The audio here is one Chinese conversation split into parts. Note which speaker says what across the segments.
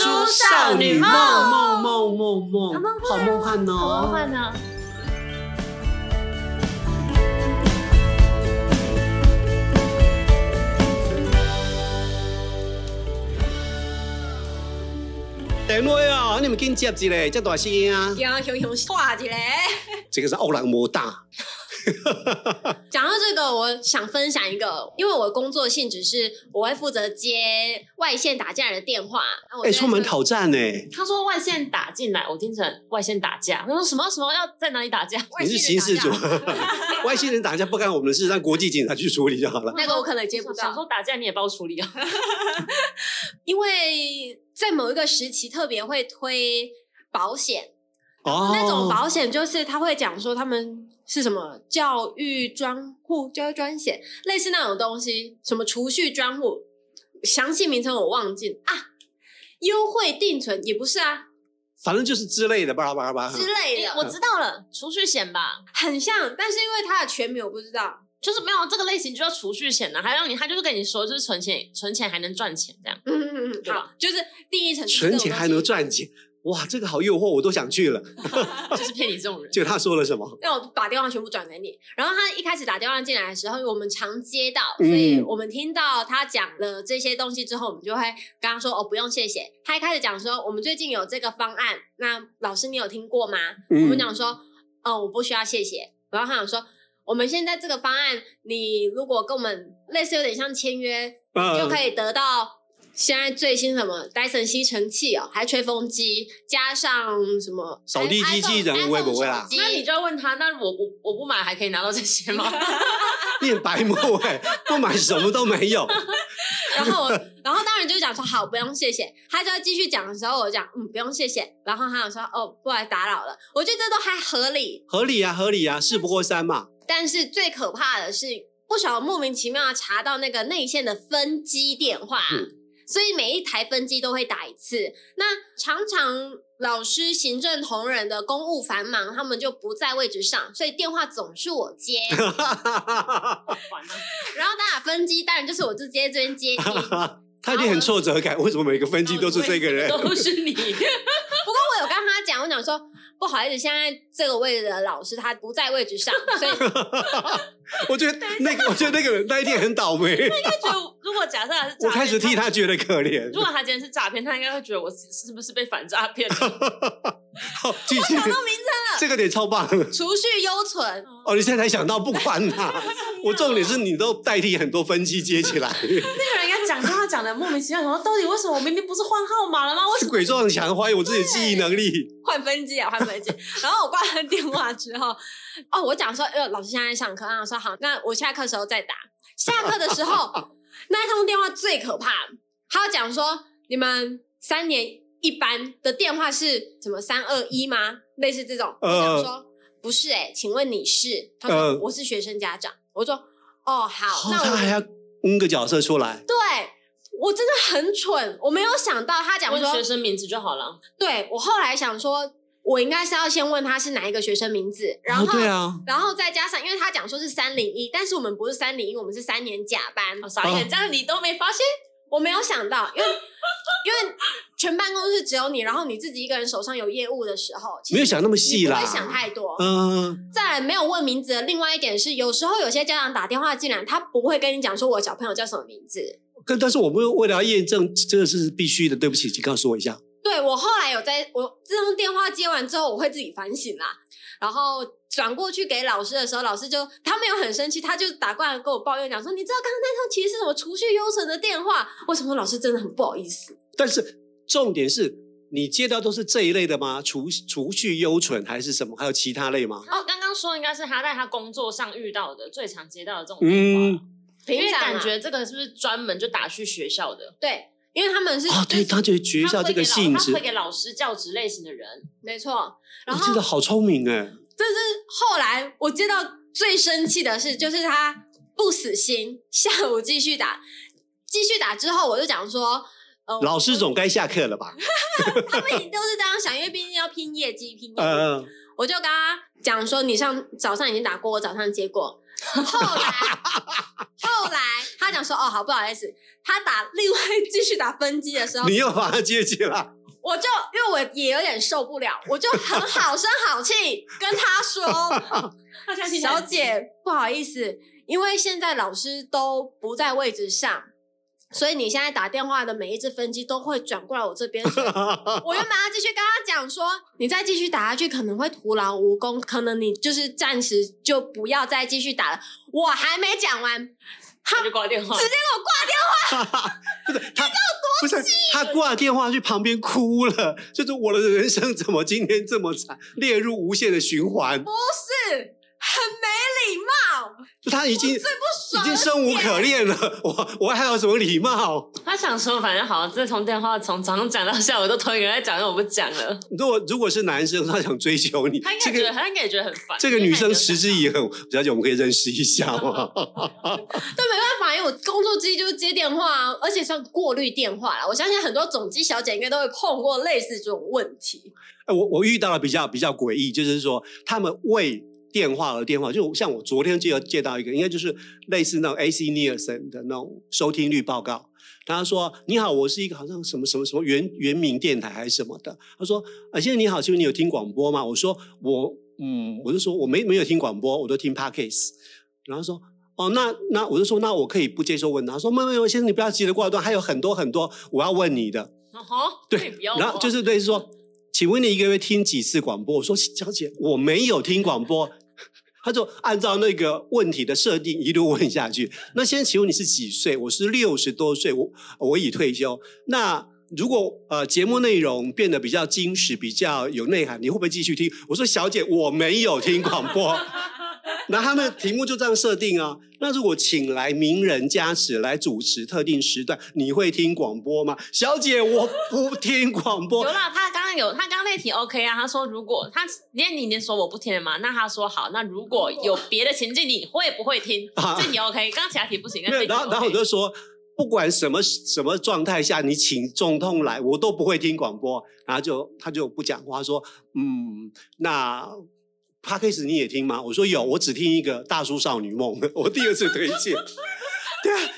Speaker 1: 少女梦
Speaker 2: 梦梦梦
Speaker 1: 好
Speaker 2: 梦好
Speaker 1: 梦，幻
Speaker 2: 梦幻
Speaker 1: 好梦
Speaker 2: 哦！
Speaker 1: 幻呢？
Speaker 2: 电话哦，你们紧接一个，这大声啊！
Speaker 1: 要熊熊画起来。
Speaker 2: 这个是欧朗摩大，
Speaker 1: 讲到这个，我想分享一个，因为我工作性质是我会负责接外线打进来的电话。那我
Speaker 2: 哎，
Speaker 1: 就会
Speaker 2: 充满
Speaker 1: 说
Speaker 2: 挑战呢。
Speaker 3: 他说外线打进来，我听成外线打架。他说什么什么要在哪里打架？
Speaker 2: 你是刑事组
Speaker 1: 外星人打架，
Speaker 2: 外星人打架不干我们的事，让国际警察去处理就好了。
Speaker 1: 那个我可能接不
Speaker 3: 想
Speaker 1: 到，
Speaker 3: 说打架你也帮我处理啊。
Speaker 1: 因为在某一个时期特别会推保险，
Speaker 2: 哦，
Speaker 1: 那种保险就是他会讲说他们是什么教育专户、教育专险，类似那种东西，什么储蓄专户，详细名称我忘记啊。优惠定存也不是啊
Speaker 2: 反正就是之类的，巴拉巴拉巴拉。
Speaker 1: 之类
Speaker 3: 哎
Speaker 1: 的，
Speaker 3: 我知道了，储蓄险吧，
Speaker 1: 很像，但是因为它的全名我不知道。
Speaker 3: 就是没有这个类型就叫储蓄险呢、啊还让你他就是跟你说就是存钱，存钱还能赚钱这样。
Speaker 1: 嗯嗯嗯嗯，
Speaker 3: 对吧
Speaker 1: 好，就是第一层是这
Speaker 2: 存
Speaker 1: 种
Speaker 2: 钱还
Speaker 1: 东
Speaker 2: 能
Speaker 1: 西。
Speaker 2: 赚钱，哇，这个好诱惑，我都想去了。
Speaker 3: 就是骗你这种人。
Speaker 2: 就他说了什么？
Speaker 1: 那我把电话全部转给你。然后他一开始打电话进来的时候，因为我们常接到，
Speaker 2: 嗯
Speaker 1: 所以我们听到他讲了这些东西之后，我们就会跟他说：“哦，不用，谢谢。”他一开始讲说：“我们最近有这个方案，那老师你有听过吗？”我们
Speaker 2: 嗯，
Speaker 1: 讲说，哦，我不需要谢谢。然后他想说，我们现在这个方案，你如果跟我们类似有点像签约，
Speaker 2: 嗯
Speaker 1: 就可以得到现在最新什么 Dyson 吸尘器哦，还吹风机，加上什么
Speaker 2: 扫地机器人
Speaker 1: iPhone-
Speaker 2: 会不会啦
Speaker 1: iPhone 手机
Speaker 3: 那你就要问他，那我我我不买还可以拿到这些 吗？
Speaker 2: 你很白目哎，不买什么都没有。
Speaker 1: 然后我，然后当然就讲说好，不用谢谢。他就要继续讲的时候，我讲嗯，不用谢谢。然后他有说哦，不来打扰了。我觉得这都还合理，
Speaker 2: 合理啊，合理啊，事不过三嘛。
Speaker 1: 但是最可怕的是，不晓得莫名其妙地查到那个内线的分机电话，
Speaker 2: 嗯
Speaker 1: 所以每一台分机都会打一次。那常常老师、行政同仁的公务繁忙，他们就不在位置上，所以电话总是我接。然后打分机，当然就是我直接这边接听。
Speaker 2: 他一定很挫折感，为什么每个分机都是这个人？
Speaker 1: 哦
Speaker 3: 都是 你。
Speaker 1: 我有跟他讲，我讲说不好意思，现在这个位置的老师他不在位置上，所以
Speaker 2: 我觉得那个，我觉得那个人那一天很倒霉，
Speaker 3: 他觉得如果假设他是诈骗
Speaker 2: 我开始替。他觉得可怜
Speaker 3: 如。果他今天是诈骗，他应该会觉得我是是不是被反诈骗了？
Speaker 2: 好，继续。
Speaker 1: 想到名称
Speaker 2: 这个点超棒
Speaker 1: 储蓄优存。
Speaker 2: 哦！你现在才想到，不管
Speaker 1: 哦
Speaker 2: 他。
Speaker 1: 啊
Speaker 2: 我重点是你都代替很多分机接起来，
Speaker 3: 那个人应该讲电话讲的莫名其妙，然后到底为什么我明明不是换号码了吗？为什
Speaker 2: 是
Speaker 3: 么？
Speaker 2: 鬼撞墙，怀疑我自己的记忆能力。
Speaker 1: 换分机啊，换分机。然后我挂了电话之后，哦，我讲说，呃，老师现在在上课，然后说好，那我下课时候再打。下课的时候，那一通电话最可怕，他要讲说，你们三年一班的电话是什么三二一吗？类似这种，我
Speaker 2: 呃
Speaker 1: 讲说、不是、欸，哎，请问你是？他说、
Speaker 2: 呃
Speaker 1: 我是学生家长。我说哦，
Speaker 2: 哦
Speaker 1: 好，那
Speaker 2: 他还
Speaker 1: 我
Speaker 2: 要嗯个角色出来，
Speaker 1: 对。我真的很蠢，我没有想到他讲
Speaker 3: 问
Speaker 1: 说
Speaker 3: 学生名字就好了。
Speaker 1: 对我后来想说，我应该是要先问他是哪一个学生名字，然后、
Speaker 2: 哦对啊，
Speaker 1: 然后再加上，因为他讲说是三零一，但是我们不是三零一，我们是三年甲班。
Speaker 3: 哦，傻眼，这样你都没发现？
Speaker 1: 我没有想到，因为因为全办公室只有你，然后你自己一个人手上有业务的时候，其实
Speaker 2: 没有想那么细啦
Speaker 1: 你不会想太多。
Speaker 2: 嗯，
Speaker 1: 再来没有问名字的另外一点是，有时候有些家长打电话进来，他不会跟你讲说我小朋友叫什么名字。
Speaker 2: 但但是我们为了要验证这个是必须的，对不起，请告诉我一下。
Speaker 1: 对我后来有在我这通电话接完之后，我会自己反省啦。然后转过去给老师的时候，老师就他没有很生气，他就打过来跟我抱怨讲说：“你知道刚刚那通其实是什么储蓄优存的电话？”我想说老师真的很不好意思。
Speaker 2: 但是重点是你接到都是这一类的吗？除除去优存还是什么？还有其他类吗？
Speaker 3: 哦，刚刚说应该是他在他工作上遇到的最常接到的这种电话。
Speaker 2: 嗯，
Speaker 3: 因为
Speaker 1: 平常啊
Speaker 3: 感觉这个是不是专门就打去学校的？
Speaker 1: 对，因为他们是
Speaker 2: 啊，对，他觉得学校这个性质
Speaker 3: 会，给老师教职类型的人，
Speaker 1: 没错。然
Speaker 2: 我
Speaker 1: 后
Speaker 2: 记得好聪明哎，
Speaker 1: 这是后来我接到最生气的事，就是他不死心，下午继续打，继续打之后，我就讲说。呃，
Speaker 2: 老师总该下课了吧？
Speaker 1: 他们一定都是这样想，因为毕竟要拼业绩、拼业务。
Speaker 2: 呃，
Speaker 1: 我就跟他讲说，你上早上已经打过，我早上接过。后来，后来他 讲说，哦，好，不好意思，他打另外继续打分机的时候，
Speaker 2: 你又把它接起来，
Speaker 1: 我就因为我也有点受不了，我就很好声好气跟他说
Speaker 3: 他现在：“听起来
Speaker 1: 小姐，不好意思，因为现在老师都不在位置上，所以你现在打电话的每一只分机都会转过来我这边。” 我原本要继续跟他讲说，你再继续打下去可能会徒劳无功，可能你就是暂时就不要再继续打了。我还没讲完，
Speaker 3: 他就挂电话，
Speaker 2: 他不是他挂电话去旁边哭了，就是我的人生怎么今天这么惨，列入无限的循环，
Speaker 1: 是很没礼貌，
Speaker 2: 就他已经
Speaker 1: 最不
Speaker 2: 已
Speaker 1: 爽
Speaker 2: 经
Speaker 1: 的
Speaker 2: 生无
Speaker 1: 点
Speaker 2: 可恋了，我我还有什么礼貌？
Speaker 3: 他想说反正好，这通电话从早上讲到下午都同一个人在讲，那我不讲了。
Speaker 2: 如果如果是男生，他想追求你
Speaker 3: 他应，该
Speaker 2: 这
Speaker 3: 觉得，
Speaker 2: 个
Speaker 3: 他应该也觉得很烦。
Speaker 2: 这个女生持之
Speaker 3: 疑，
Speaker 2: 以恒，小姐，我们可以认识一下吗？
Speaker 1: 对，没办法，因为我工作之一就是接电话、啊，而且算过滤电话啦。我相信很多总机小姐应该都会碰过类似这种问题。
Speaker 2: 哎我我遇到了比较比较诡异，就是说他们为电话而电话，就像我昨天接接到一个，应该就是类似那种 AC Nielsen 的那种收听率报告。他说：“你好，我是一个好像什么什么什么原原民电台还是什么的。”他说：“啊，先生你好，请问你有听广播吗？”我说：“我嗯，我就说我没没有听广播，我都听 Podcast。”然后说：“哦，那那我就说那我可以不接受问答。”他说：“没有没有，先生你不要急着挂断，还有很多很多我要问你的。”
Speaker 3: 哦，那也
Speaker 2: 对
Speaker 3: 不要，
Speaker 2: 然后就是是类似说，请问你一个月听几次广播？我说小姐，我没有听广播。他就按照那个问题的设定一路问下去。那先请问你是几岁？我是六十多岁，我我已退休。那如果呃节目内容变得比较精实、比较有内涵，你会不会继续听？我说小姐，我没有听广 播。那他们题目就这样设定啊。那如果请来名人加持来主持特定时段，你会听广播吗？小姐，我不听广播
Speaker 3: 有。啦。他刚刚有，他刚刚那题 OK 啊。他说如果他连你连说我不听了嘛，那他说好，那如果有别的情境，你会不会 听？
Speaker 2: 啊
Speaker 3: 这题 OK，刚刚其他题不行。
Speaker 2: 没有，然后然后我就说，不管什么什么状态下，你请总痛来，我都不会听广播。然后就他就不讲话，说嗯，那。p 开始你也听吗？我说有，我只听一个《大叔少女梦》，我第二次推荐。对啊，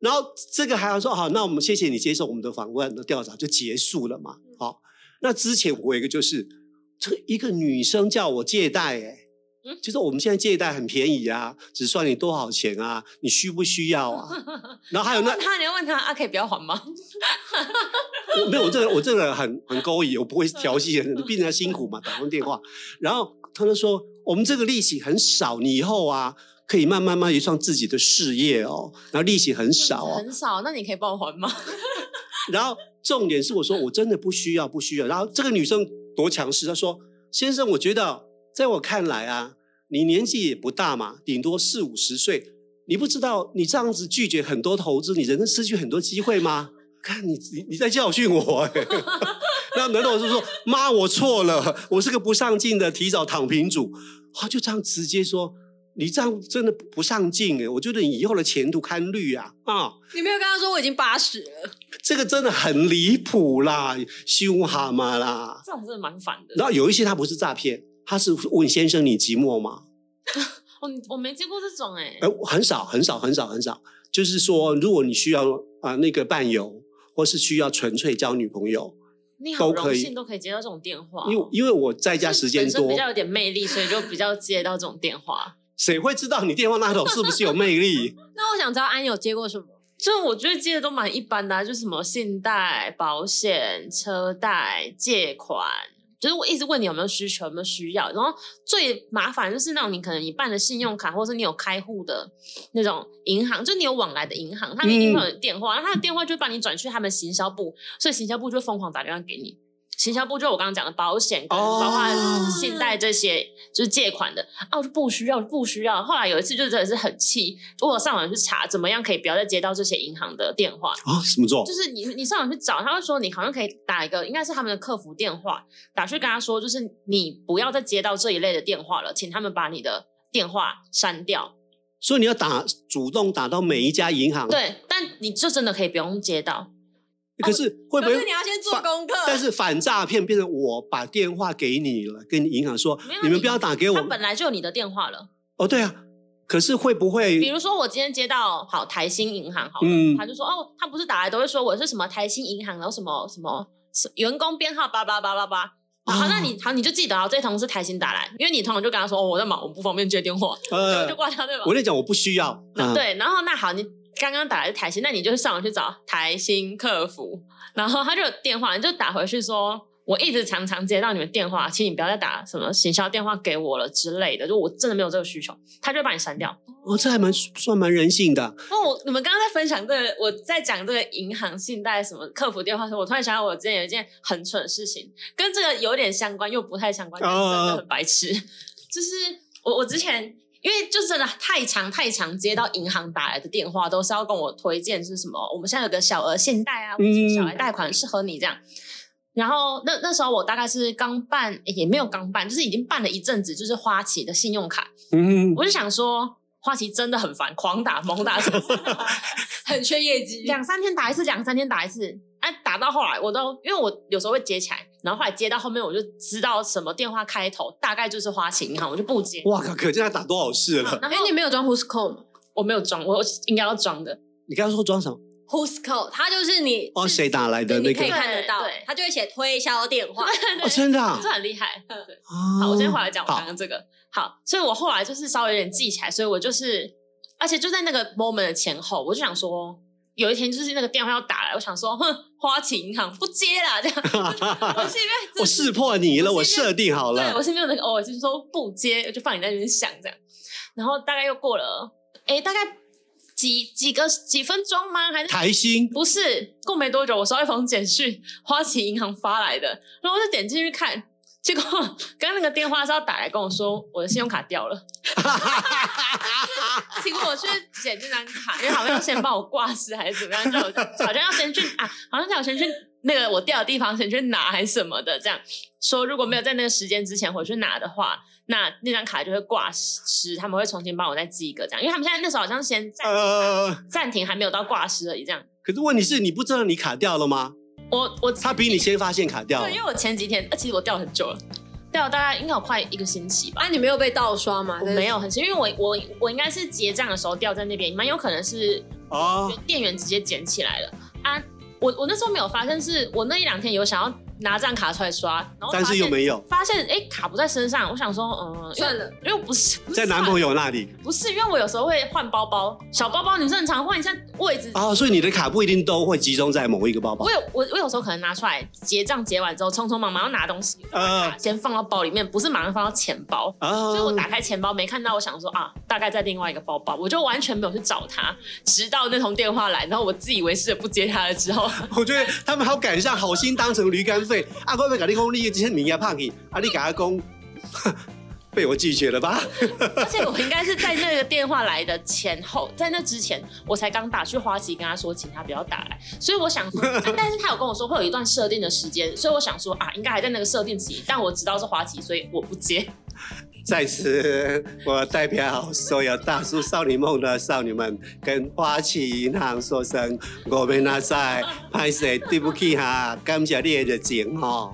Speaker 2: 然后这个还要说好，那我们谢谢你接受我们的访问的调查就结束了嘛。好，那之前我有一个就是，这一个女生叫我借贷、欸，
Speaker 3: 嗯
Speaker 2: 就是我们现在借贷很便宜啊，只算你多少钱啊，你需不需要啊？然后还 有那
Speaker 3: 问他，你要问他啊，可以不要还吗？
Speaker 2: 我没有，我这个我这个人很很勾引，我不会调戏人，病人辛苦嘛，打通电话，然后他就说我们这个利息很少，你以后啊可以慢慢慢慢上自己的事业哦，然后利息很少哦，
Speaker 3: 很少。那你可以帮我还 吗？
Speaker 2: 然后重点是我说我真的不需要，不需要。然后这个女生多强势，她说：“先生，我觉得在我看来啊，你年纪也不大嘛，顶多四五十岁，你不知道你这样子拒绝很多投资，你人生失去很多机会吗？看你你你在教训我、欸。” 那难道我是说妈我错了，我是个不上进的提早躺平主？他就这样直接说。你这样真的不上进哎、我觉得你以后的前途堪虑啊啊！
Speaker 1: 你没有跟他说我已经八十了，
Speaker 2: 这个真的很离谱啦，凶蛤蟆啦。
Speaker 3: 这种真的蛮烦的。
Speaker 2: 然后有一些他不是诈骗，他是问先生你寂寞吗？
Speaker 3: 我哦我没见过这种哎、
Speaker 2: 哎、很少很少很少很少，就是说如果你需要啊、那个伴游，或是需要纯粹交女朋友，
Speaker 3: 你好
Speaker 2: 都可
Speaker 3: 荣
Speaker 2: 以
Speaker 3: 幸都可以接到这种电话哦，
Speaker 2: 因为因为我在家时间
Speaker 3: 本身
Speaker 2: 多
Speaker 3: 比，较有点魅力，所以就比较接到这种电话。
Speaker 2: 谁会知道你电话那头是不是有魅 力？
Speaker 1: 那我想知道安有接过什么？
Speaker 3: 就我觉得接的都蛮一般的、啊，就什么信贷、保险、车贷、借款，就是我一直问你有没有需求，有没有需要。然后最麻烦就是那种你可能你办的信用卡，或是你有开户的那种银行，就你有往来的银行，他们一定会有电话，然后他的电话就会把你转去他们行销部，所以行销部就疯狂打电话给你。行销部就我刚刚讲的保险跟
Speaker 2: 哦
Speaker 3: 包括信贷这些，就是借款的啊，我就不需要，我就不需要。后来有一次就真的是很气，我有上网去查怎么样可以不要再接到这些银行的电话，
Speaker 2: 啊，什么座
Speaker 3: 就？是你你上网去找，他会说你好像可以打一个，应该是他们的客服电话，打去跟他说，就是你不要再接到这一类的电话了，请他们把你的电话删掉。
Speaker 2: 所以你要打主动打到每一家银行，
Speaker 3: 对，啊但你就真的可以不用接到，
Speaker 2: 可是会不
Speaker 1: 可
Speaker 2: 会
Speaker 1: 是你要先做功课。
Speaker 2: 但是反诈骗变成我把电话给你了，跟银行说
Speaker 3: 没有
Speaker 2: 你们
Speaker 3: 你
Speaker 2: 不要打给我
Speaker 3: 他，本来就有你的电话了。
Speaker 2: 哦，对啊，可是会不会？
Speaker 3: 比如说我今天接到好台新银行好了，
Speaker 2: 嗯
Speaker 3: 他就说哦，他不是打来都会说我是什么台新银行，然后什么什么。什员工编号叭叭叭叭叭。好，好
Speaker 2: 哦
Speaker 3: 那你好，你就记得啊，这通是台新打来，因为你通常就跟他说，哦，我在忙，我不方便接电话，然后
Speaker 2: 呃
Speaker 3: 就，挂掉，对吧
Speaker 2: 我？跟你讲，我不需要。啊，
Speaker 3: 对，然后那好，你刚刚打来是台新，那你就上网去找台新客服，然后他就有电话，你就打回去说，我一直常常接到你们电话，请你不要再打什么行销电话给我了之类的，就我真的没有这个需求，他就会把你删掉。
Speaker 2: 哦，这还蛮算蛮人性的。
Speaker 3: 哦，我你们刚刚在分享这个，我在讲这个银行信贷什么客服电话的时候，我突然想到我之前有一件很蠢的事情，跟这个有点相关又不太相关，但是真的很白痴。就是我我之前因为就是真的太常太常接到银行打来的电话，都是要跟我推荐是什么，我们现在有个小额信贷啊，或者是小额贷款适合你这样。然后那那时候我大概是刚办，诶也没有刚办，就是已经办了一阵子，就是花旗的信用卡。
Speaker 2: 嗯，
Speaker 3: 我就想说，花旗真的很烦，狂打猛打，
Speaker 1: 很缺业绩。
Speaker 3: 两三天打一次，两三天打一次。哎、打到后来我都，因为我有时候会接起来，然后后来接到后面我就知道什么电话开头，大概就是花旗银行，我就不接。
Speaker 2: 哇靠，可见他打多少事了。
Speaker 3: 然
Speaker 1: 哎，
Speaker 3: 后
Speaker 1: 你没有装 Who's Call 吗
Speaker 3: 我没有装，我应该要装的。
Speaker 2: 你刚刚说装什么？
Speaker 1: ？Who's Call，它就是你
Speaker 2: 哦，
Speaker 1: 是
Speaker 2: 谁打来的那
Speaker 1: 对你可
Speaker 2: 个
Speaker 1: 以？看得到
Speaker 3: 对对，
Speaker 1: 它就会写推销电话。
Speaker 2: 哦，真的啊。
Speaker 3: 这很厉害。对，
Speaker 2: 啊
Speaker 3: 好，我先回来讲我
Speaker 2: 好
Speaker 3: 刚刚这个。好，所以我后来就是稍微有点记起来，所以我就是，而且就在那个 moment 的前后，我就想说，有一天就是那个电话要打来，我想说，哼，花旗银行不接啦，这样。 我心里面真的
Speaker 2: 我
Speaker 3: 是
Speaker 2: 识破你了，
Speaker 3: 我
Speaker 2: 我
Speaker 3: 是因为
Speaker 2: 设定好
Speaker 3: 对，我
Speaker 2: 了。
Speaker 3: 是没有那个偶尔就是说不接，我就放你在那边想这样。然后大概又过了，哎，大概几几个几分钟吗？还是
Speaker 2: 台新
Speaker 3: 不是？过没多久，我收到一封简讯， 花旗银行发来的，然后我就点进去看，结果 刚刚那个电话是要打来跟我说我的信用卡掉了，请我去捡这张卡，因为好像要先帮我挂失还是怎么样，就有好像 要先去啊，好像叫我先去那个我掉的地方先去拿还是什么的，这样说如果没有在那个时间之前回去拿的话，那那张卡就会挂失，他们会重新帮我再寄一个这样，因为他们现在那时候好像先暂
Speaker 2: 呃，
Speaker 3: 暂停，还没有到挂失而已这样。
Speaker 2: 可是问题是你不知道你卡掉了吗？
Speaker 3: 我我
Speaker 2: 他比你先发现卡掉了
Speaker 3: 对，因。为我前几天，呃其实我掉了很久了，掉了大概应该有快一个星期吧。
Speaker 1: 啊，你没有被盗刷吗？
Speaker 3: 我没有很幸运，因为我我我应该是结账的时候掉在那边，蛮有可能是
Speaker 2: 哦，
Speaker 3: 店员直接捡起来了啊！我我那时候没有发现，是我那一两天有想要拿这张卡出来刷，然后
Speaker 2: 但
Speaker 3: 发
Speaker 2: 是
Speaker 3: 现
Speaker 2: 又没有
Speaker 3: 发现哎、诶卡不在身上，我想说嗯，因为
Speaker 1: 算了，
Speaker 3: 因为我不是不是
Speaker 2: 在男
Speaker 3: 换
Speaker 2: 朋友那里
Speaker 3: 不是因为啊我有时候会换包包，小包包女生很常换一下位置。
Speaker 2: 哦，所以你的卡不一定都会集中在某一个包包
Speaker 3: 我。有我我有时候可能拿出来结账结完之后，匆匆忙忙要拿东西，
Speaker 2: 呃
Speaker 3: 先放到包里面，不是马上放到钱包。
Speaker 2: 啊
Speaker 3: 所以我打开钱包没看到，我想说啊，大概在另外一个包包，我就完全没有去找他，直到那通电话来，然后我自以为是的不接他了之后，
Speaker 2: 我觉得他们好赶上，好心当成驴肝肺。啊，我要跟你讲，你这些名也怕你，啊，你给他讲， 被我拒绝了吧？
Speaker 3: 而且我应该是在那个电话来的前后，在那之前我才刚打去花旗跟他说，请他不要打来。所以我想 说，啊但是他有跟我说会有一段设定的时间，所以我想说啊，应该还在那个设定期，但我知道是花旗，所以我不接。
Speaker 2: 在此，我代表所有大叔少女梦的少女们，跟花旗银行说声我们那在拍摄对不起哈、感谢你的热情哦。